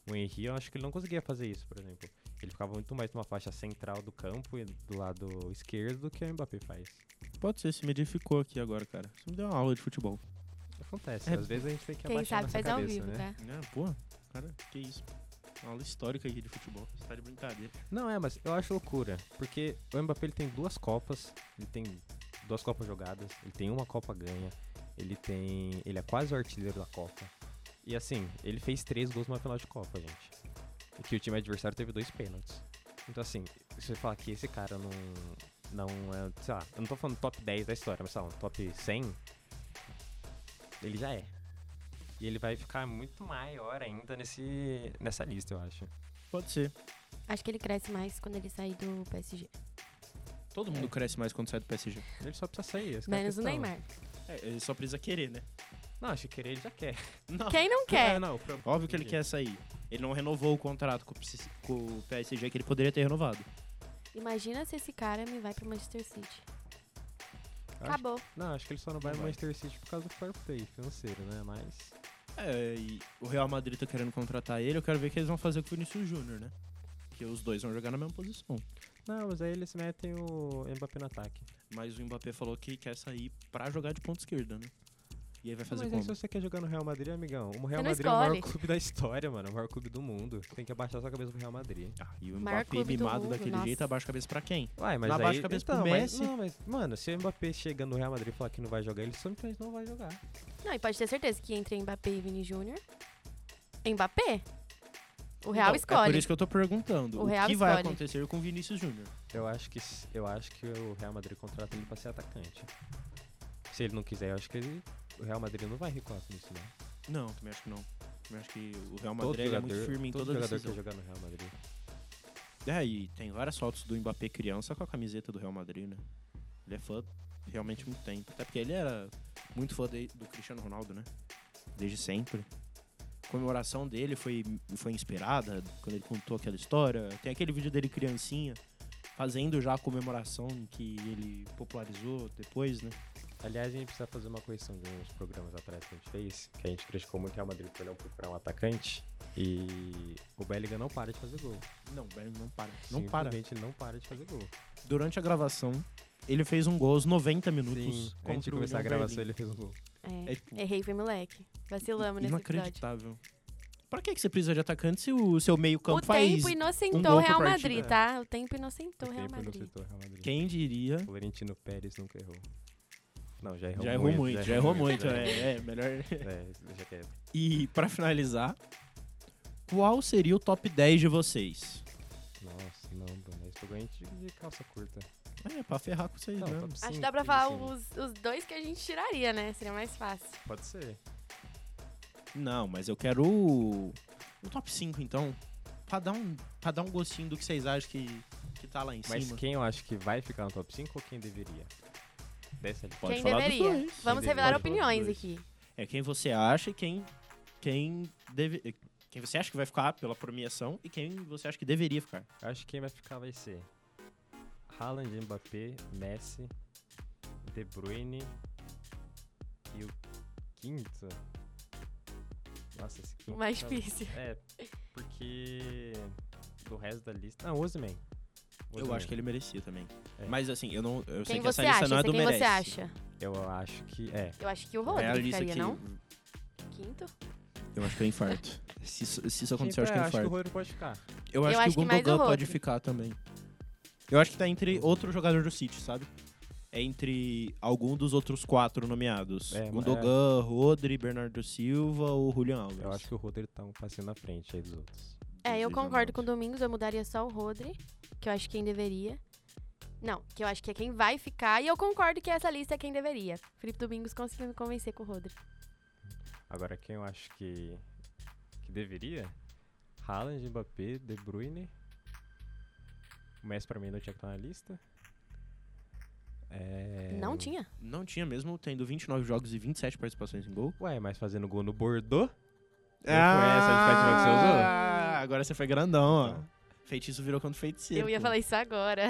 S3: O Henry, eu acho que ele não conseguia fazer isso, por exemplo. Ele ficava muito mais numa faixa central do campo e do lado esquerdo do que o Mbappé faz.
S2: Pode ser, se me edificou aqui agora, cara. Você me deu uma aula de futebol.
S3: Acontece.
S2: É,
S3: Às vezes a gente tem que
S4: Quem
S3: abaixar
S4: sabe
S3: nossa
S4: faz
S3: cabeça,
S4: ao vivo,
S3: né?
S4: tá?
S2: É, pô, cara, que isso. Uma aula histórica aqui de futebol. Você tá de brincadeira.
S3: Não, é, mas eu acho loucura. Porque o Mbappé ele tem duas Copas, ele tem duas Copas jogadas, ele tem uma Copa ganha, ele tem. Ele é quase o artilheiro da Copa. E assim, ele fez três gols numa final de Copa, gente. E que o time adversário teve dois pênaltis. Então assim, se você falar que esse cara não. Não é. Sei lá, eu não tô falando top 10 da história, mas sei lá, um top 100. Ele já é. E ele vai ficar muito maior ainda nesse, nessa lista, eu acho.
S2: Pode ser.
S4: Acho que ele cresce mais quando ele sair do PSG.
S2: Todo mundo cresce mais quando sai do PSG.
S3: Ele só precisa sair. essa que é a
S4: Menos o
S3: questão.
S4: Neymar.
S2: É, ele só precisa querer, né?
S3: Não, acho que querer ele já quer.
S2: Não.
S4: Quem não
S3: Ah,
S4: quer?
S3: não, o é pro-
S2: Óbvio que ele
S3: Entendi.
S2: quer sair. Ele não renovou o contrato com o PS- com o PSG que ele poderia ter renovado.
S4: Imagina se esse cara me vai pro Manchester City.
S3: Acho-
S4: Acabou.
S3: Não, acho que ele só não vai
S2: Não
S3: no
S2: vai.
S3: Manchester City por causa do fair play financeiro, né? Mas.
S2: É, e o Real Madrid tá querendo contratar ele, eu quero ver o que eles vão fazer com o Vinícius Júnior, né? Porque os dois vão jogar na mesma posição.
S3: Não, mas aí eles metem o Mbappé no ataque.
S2: Mas o Mbappé falou que quer sair pra jogar de ponta esquerda, né? E aí vai fazer
S4: é
S3: mas aí se
S2: como?
S3: você quer jogar no Real Madrid, amigão, o Real
S4: não
S3: Madrid é o maior
S4: escolhe.
S3: clube da história, mano. O maior clube do mundo. Tem que abaixar sua cabeça pro Real Madrid.
S2: Ah, e o
S4: Maior
S2: Mbappé
S4: clube do
S2: mimado
S4: mundo,
S2: daquele
S4: nossa.
S2: jeito, abaixa a cabeça pra quem?
S3: Uai, mas
S2: Não
S3: aí...
S2: abaixa a cabeça pro
S3: então, mas-
S2: Messi.
S3: não, mas, mano, se o Mbappé chega no Real Madrid e falar que não vai jogar, ele simplesmente não vai jogar.
S4: Não, e pode ter certeza que entre Mbappé e Vini Júnior. Mbappé? O Real
S2: Então, É por
S4: escolhe.
S2: isso que eu tô perguntando.
S4: O
S2: O,
S4: Real
S2: que vai
S4: escolhe.
S2: acontecer com o Vinícius Júnior?
S3: Eu acho que s- eu acho que o Real Madrid contrata ele pra ser atacante. Se ele não quiser, eu acho que ele- o Real Madrid não vai recuar com isso, não.
S2: Não, também acho que não. Também acho que o Real
S3: Todo
S2: Madrid ele é muito firme em
S3: todo
S2: toda a
S3: jogador
S2: decisão.
S3: que jogar no Real Madrid.
S2: É, e tem várias fotos do Mbappé criança com a camiseta do Real Madrid, né? Ele é fã realmente muito tempo. Até porque ele era muito fã de- do Cristiano Ronaldo, né? Desde sempre. A comemoração dele foi, foi inspirada quando ele contou aquela história. Tem aquele vídeo dele criancinha, fazendo já a comemoração que ele popularizou depois, né?
S3: Aliás, a gente precisa fazer uma correção de uns programas atrás que a gente fez, que a gente criticou muito o Real Madrid por não procurar um atacante. E o Bellingham não para de fazer gol.
S2: Não, o Bellingham não para. Não para.
S3: Simplesmente ele não para de fazer gol.
S2: Durante a gravação, ele fez um gol aos 90 minutos.
S3: Sim, antes de
S2: contra o
S3: começar a
S2: Union Berlin.
S3: gravação ele fez um gol.
S4: É.
S2: É, tipo, tá?
S4: Errei, foi moleque. Vacilamos nesse episódio.
S2: inacreditável. Pra que que você precisa de atacante se o seu meio-campo
S4: o
S2: faz. um
S4: tempo inocentou
S2: gol
S4: o
S2: é. por
S4: Real
S2: partida.
S4: Madrid, tá? O tempo inocentou o
S3: Tempo
S4: Real
S3: no
S4: Madrid.
S3: setor Real Madrid.
S2: Quem diria?
S3: Florentino Pérez nunca errou. Não, já errou
S2: Já errou muito, já errou muito.
S3: já errou né?
S2: É, é, melhor.
S3: É, isso deixa quieto.
S2: E pra finalizar, qual seria o top 10 de vocês?
S3: Nossa, não, é mano. Esse jogo a gente de calça curta.
S2: É, pra ferrar com vocês
S3: Não, tá-
S2: mesmo.
S3: top
S4: Acho que
S3: cinco,
S4: dá pra
S3: top
S4: falar
S3: cinco.
S4: os, os dois que a gente tiraria, né? Seria mais fácil.
S3: Pode ser.
S2: Não, mas eu quero o, o top 5, então. Pra dar, um, pra dar um gostinho do que vocês acham que, que tá lá em
S3: Mas
S2: cima.
S3: quem eu acho que vai ficar no top 5 ou quem deveria? Dessa lista.
S2: Pode
S4: Quem
S2: falar dos
S4: deveria?
S2: dois.
S4: Vamos
S3: Quem
S4: revelar
S3: deveria? Pode falar dos
S4: opiniões
S3: dois.
S4: aqui.
S2: É quem você acha e quem. Quem deve. Quem você acha que vai ficar pela premiação e quem você acha que deveria ficar.
S3: Eu acho que quem vai ficar vai ser Haaland, Mbappé, Messi, De Bruyne e o quinto. Nossa, esse quinto.
S4: O mais
S3: tá-
S4: difícil.
S3: É, porque do resto da lista. Ah, o Ozyman.
S2: Eu acho que ele merecia também.
S3: É.
S2: Mas assim, eu não. Eu sei
S4: Quem
S2: que essa
S4: você
S2: lista
S4: acha?
S2: não é
S4: Essa
S2: do
S4: Quem
S2: merece.
S4: você acha?
S3: Eu acho que. É.
S4: Eu acho que o
S2: É a
S4: Rodrigo
S2: lista
S4: ficaria,
S2: que.
S4: não? Quinto?
S2: Eu acho que é infarto. Se isso,
S4: Tipo,
S2: se isso acontecer, eu acho
S3: Quem-
S2: que
S3: é,
S2: é
S3: acho que o
S2: infarto.
S3: Rodrigo pode ficar.
S2: Eu acho
S4: Eu
S2: que
S4: acho
S2: o
S4: que mais o
S2: Gundogan pode
S4: Rodri.
S2: ficar também. Eu acho que tá entre outro jogador do City, sabe? É entre algum dos outros quatro nomeados.
S3: É, mas-
S2: Gundogan, Rodri, Bernardo Silva ou Julian Alves.
S3: Eu acho que o Rodrigo tá um passinho na frente aí dos outros.
S4: É, eu
S2: Desejo
S4: concordo
S2: amor.
S4: com o Domingos, eu mudaria só o Rodri, que eu acho quem deveria. Não, que eu acho que é quem vai ficar, e eu concordo que essa lista é quem deveria. Felipe Domingos conseguiu me convencer com o Rodri.
S3: Agora, quem eu acho que. que deveria? Haaland, Mbappé, De Bruyne. O Messi pra mim não tinha que estar na lista. É...
S4: Não tinha?
S2: Não tinha mesmo, tendo 29 jogos e 27 participações em gol.
S3: Ué, mas fazendo gol no Bordeaux? foi essa a justificativa que você usou?
S2: Ah, agora você foi grandão, ó. Feitiço virou contra feiticeiro.
S4: Eu ia
S2: pô.
S4: falar isso agora.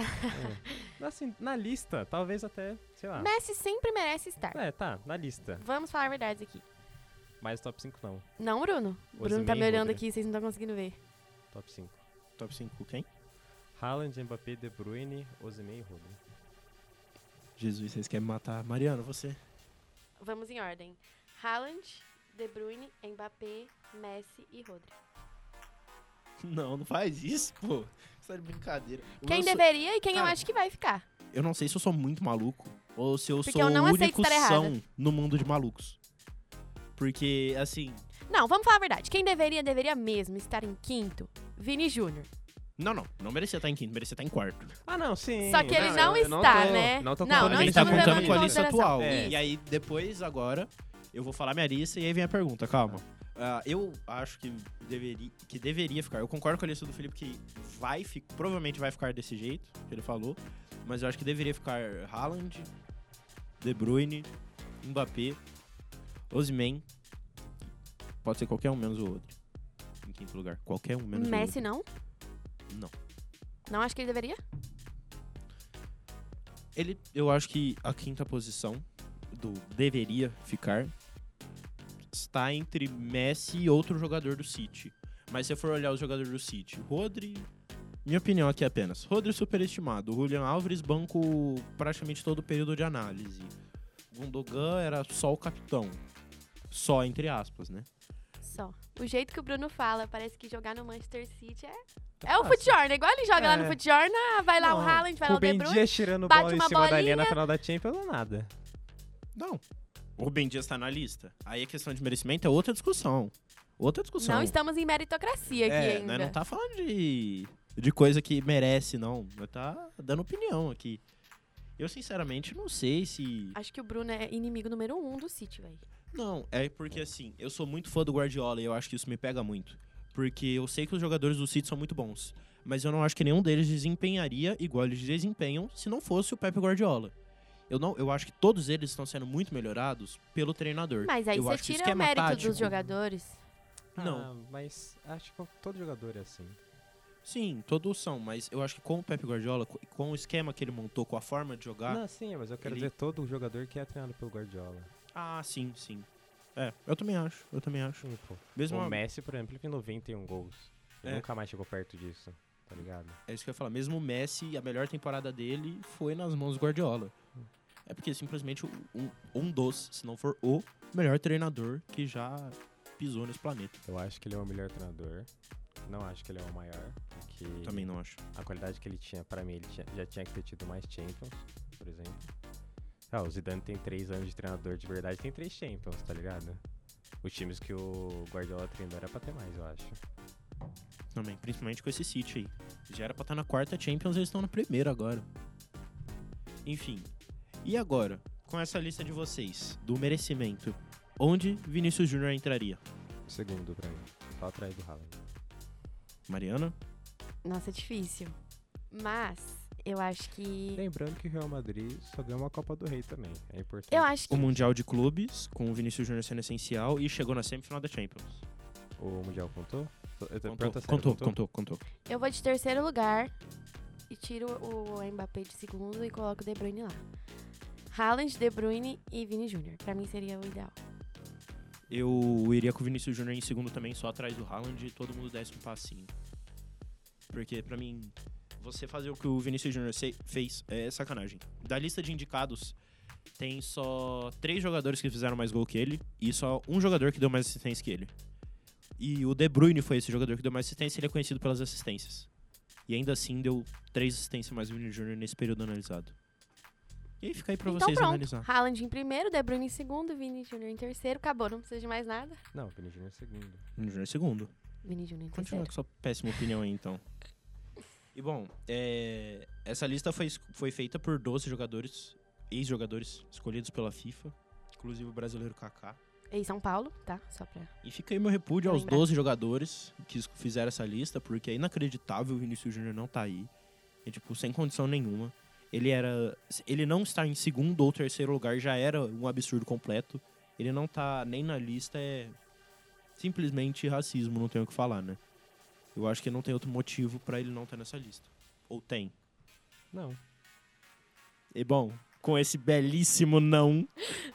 S3: É. Assim, na lista, talvez até, sei lá.
S4: Messi sempre merece estar.
S3: É, tá, na lista.
S4: Vamos falar a verdade aqui.
S3: Mas top 5 não.
S4: Não, Bruno. O Bruno tá
S3: Osimhen,
S4: me olhando
S3: Rodri.
S4: aqui, vocês não estão conseguindo ver.
S3: Top 5.
S2: Top 5 quem?
S3: Haaland, Mbappé, De Bruyne, Osimhen e Rodrigo.
S2: Jesus, vocês querem me matar. Mariano, você.
S4: Vamos em ordem. Haaland, De Bruyne, Mbappé, Messi e Rodri.
S2: Não, não faz isso, pô. Isso é de brincadeira. O
S4: Quem
S2: meu so-
S4: deveria e quem eu
S2: Cara,
S4: acho que vai ficar.
S2: Eu não sei se eu sou muito maluco ou se eu
S4: Porque
S2: sou
S4: eu não
S2: o
S4: aceito
S2: único
S4: estar errada.
S2: são no mundo de malucos. Porque, assim.
S4: Não, vamos falar a verdade. Quem deveria, deveria mesmo estar em quinto. Vini Júnior.
S2: Não, não. Não merecia estar em quinto, merecia estar em quarto.
S3: Ah, não, sim.
S4: Só que ele não,
S3: eu- eu
S4: está,
S3: tô-
S4: né?
S3: Não tô
S4: não,
S3: contando
S4: não
S2: a gente tá
S4: estamos
S2: contando
S4: levando
S2: com a
S4: em
S2: lista
S4: consideração.
S2: atual.
S3: É.
S2: E aí, depois, agora, eu vou falar minha lista e aí vem a pergunta, calma. Ah, eu acho que deveria, que deveria ficar. Eu concordo com a lista do Felipe que vai fi- provavelmente vai ficar desse jeito, que ele falou. Mas eu acho que deveria ficar Haaland, De Bruyne, Mbappé, Osimhen. Pode ser qualquer um menos o outro. Em quinto lugar. Qualquer um menos
S4: Messi
S2: o
S4: não?
S2: outro. Não.
S4: Não acho que ele deveria?
S2: Ele, eu acho que a quinta posição do deveria ficar está entre Messi e outro jogador do City. Mas se eu for olhar os jogadores do City, Rodri, minha opinião aqui é apenas, Rodri superestimado, Julian Alves banco praticamente todo o período de análise. Gundogan era só o capitão. Só entre aspas, né?
S4: Só. O jeito que o Bruno fala, parece que jogar no Manchester City é.
S2: Tá
S4: É o
S3: fácil.
S4: Futjorna. Igual ele joga lá no
S3: É.
S4: Futjorna, vai lá o
S3: Não,
S4: Haaland, vai lá o De
S3: Rubem
S4: Bruyne.
S2: é
S3: Dias tirando
S4: bate
S3: bola em
S4: uma
S3: cima da linha na
S4: bolinha.
S3: final da Champions ou nada.
S2: Não. O Rubem Dias está na lista. Aí a questão de merecimento é outra discussão. Outra discussão.
S4: Não estamos em meritocracia aqui
S2: É,
S4: ainda.
S2: nós não tá falando de, de coisa que merece, não. Nós tá dando opinião aqui. Eu, sinceramente, não sei se...
S4: Acho que o Bruno é inimigo número um do City, velho.
S2: Não, é porque, assim, eu sou muito fã do Guardiola e eu acho que isso me pega muito. Porque eu sei que os jogadores do City são muito bons. Mas eu não acho que nenhum deles desempenharia igual eles desempenham se não fosse o Pepe Guardiola. Eu, não, eu acho que todos eles estão sendo muito melhorados pelo treinador.
S4: Mas aí
S2: eu
S4: você
S2: acho que
S4: tira o
S2: esquema
S4: mérito
S2: tático-
S4: dos jogadores.
S2: Não.
S3: Ah, mas acho que todo jogador é assim.
S2: Sim, todos são, mas eu acho que com o Pepe Guardiola, co- com o esquema que ele montou, com a forma de jogar,
S3: Não, sim, mas eu quero
S2: Ele-
S3: dizer todo jogador que é treinado pelo Guardiola.
S2: Ah, sim, sim. É, eu também acho, eu também acho.
S3: Sim, pô.
S2: Mesmo
S3: O Messi, por exemplo, ele tem 91 gols. Ele
S2: É.
S3: nunca mais chegou perto disso, tá ligado?
S2: é isso que eu ia falar, mesmo o Messi, a melhor temporada dele foi nas mãos do Guardiola. É porque simplesmente um, um dos, se não for o melhor treinador que já pisou nesse planeta.
S3: Eu acho que ele é o melhor treinador. Não acho que ele é o maior, porque
S2: Também não acho.
S3: a qualidade que ele tinha, pra mim, ele tinha- já tinha que ter tido mais Champions, por exemplo. Ah, o Zidane tem três anos de treinador de verdade, tem três Champions, tá ligado? Os times que o Guardiola treinou era pra ter mais, eu acho.
S2: Também, principalmente com esse City aí. Já era pra estar na quarta Champions, eles estão na primeira agora. Enfim. E agora, com essa lista de vocês, do merecimento, onde Vinícius Júnior entraria?
S3: O segundo pra mim. Só atrás do Haaland.
S2: Mariana?
S4: Nossa, é difícil. Mas eu acho que.
S3: Lembrando que o Real Madrid só ganhou uma Copa do Rei também. É importante.
S4: Eu acho que.
S2: O Mundial de Clubes, com o Vinícius Júnior sendo essencial, e chegou na semifinal da Champions.
S3: O Mundial contou? Eu tô
S2: Contou,
S3: perguntando sério,
S2: contou, contou, contou.
S4: Eu vou de terceiro lugar e tiro o Mbappé de segundo e coloco o De Bruyne lá. Haaland, De Bruyne e Vini Júnior. Pra mim seria o ideal.
S2: Eu iria com o Vinícius Júnior em segundo também, só atrás do Haaland e todo mundo desse um passinho. Porque, pra mim, você fazer o que o Vinícius Júnior se- fez é sacanagem. Da lista de indicados, tem só três jogadores que fizeram mais gol que ele e só um jogador que deu mais assistência que ele. E o De Bruyne foi esse jogador que deu mais assistência, ele é conhecido pelas assistências. E ainda assim deu três assistências mais o Vinícius Júnior nesse período analisado. E aí fica aí pra
S4: então
S2: vocês
S4: pronto.
S2: analisar.
S4: Haaland em primeiro, De Bruyne em segundo, Vini Júnior em terceiro. Acabou, não precisa de mais nada.
S3: Não, o Vini Júnior é segundo.
S2: Vinícius Júnior em segundo.
S4: Vini Júnior em
S2: Continua
S4: terceiro.
S2: com sua péssima opinião aí, então. E bom, é, essa lista foi, es- foi feita por 12 jogadores, ex-jogadores, escolhidos pela FIFA, inclusive o brasileiro Kaká.
S4: Em São Paulo, tá? Só pra.
S2: E fica aí meu repúdio aos
S4: Lembrar.
S2: 12 jogadores que es- fizeram essa lista, porque é inacreditável o Vinícius Júnior não tá aí. É tipo, sem condição nenhuma. Ele era. Ele não estar em segundo ou terceiro lugar já era um absurdo completo. Ele não tá nem na lista, é simplesmente racismo, não tenho o que falar, né? Eu acho que não tem outro motivo pra ele não estar nessa lista. Ou tem.
S3: Não.
S2: E bom, com esse belíssimo não.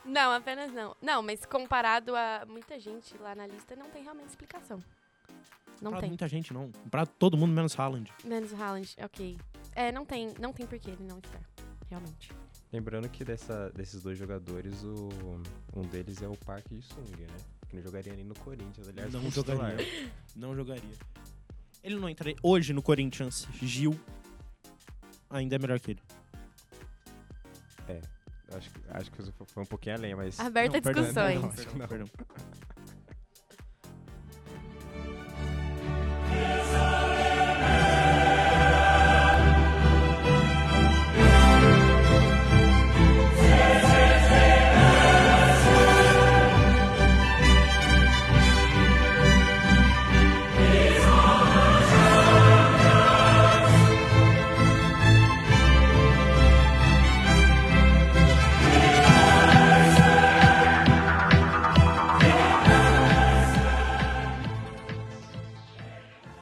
S4: Não, apenas não. Não, mas comparado a muita gente lá na lista, não tem realmente explicação. Não
S2: pra
S4: tem.
S2: muita gente, não. Pra todo mundo, menos Haaland.
S4: Menos o Haaland, ok. É, não tem, não tem porquê ele não estar. Realmente.
S3: Lembrando que dessa- desses dois jogadores, o, um deles é o Park de Sung, né? Que não jogaria nem no Corinthians, aliás, um
S2: Não
S3: como
S2: jogaria. é. Não jogaria. Ele não entraria. Hoje no Corinthians, Gil ainda é melhor que ele.
S3: Acho, que- acho que isso foi um pouquinho além, mas.
S4: Aberta
S2: Não, perdão, é
S4: discussões.
S2: Não, perdão,
S3: Não.
S2: perdão.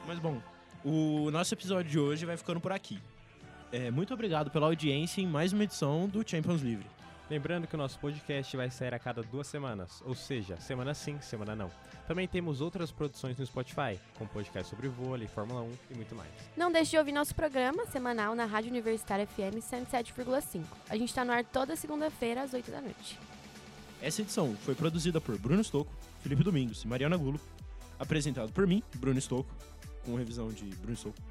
S2: Mas bom, o nosso episódio de hoje vai ficando por aqui. É, muito obrigado pela audiência em mais uma edição do Champions Livre.
S3: Lembrando que o nosso podcast vai sair a cada duas semanas, ou seja, semana sim, semana não. Também temos outras produções no Spotify, com podcast sobre vôlei, Fórmula 1 e muito mais.
S4: Não deixe de ouvir nosso programa semanal na Rádio Universitária FM 107,5. A gente tá no ar toda segunda-feira às 8 da noite.
S2: Essa edição foi produzida por Bruno Stocco, Felipe Domingos e Mariana Gulo. Apresentado por mim, Bruno Stocco, com revisão de Bruno Stocco.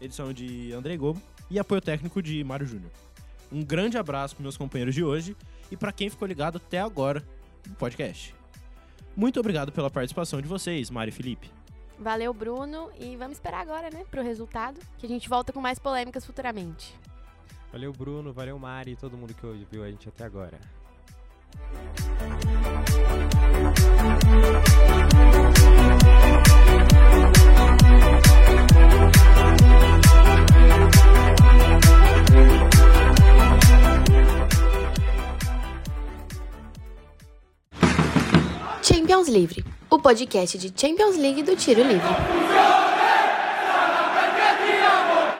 S2: Edição de André Gobo e apoio técnico de Mário Júnior. Um grande abraço para meus companheiros de hoje e para quem ficou ligado até agora no podcast. Muito obrigado pela participação de vocês, Mário e Felipe.
S4: Valeu, Bruno, e vamos esperar agora, né, pro resultado, que a gente volta com mais polêmicas futuramente.
S3: Valeu, Bruno, valeu, Mari e todo mundo que ouviu a gente até agora.
S1: Champions Livre, o podcast de Champions League do Tiro Livre.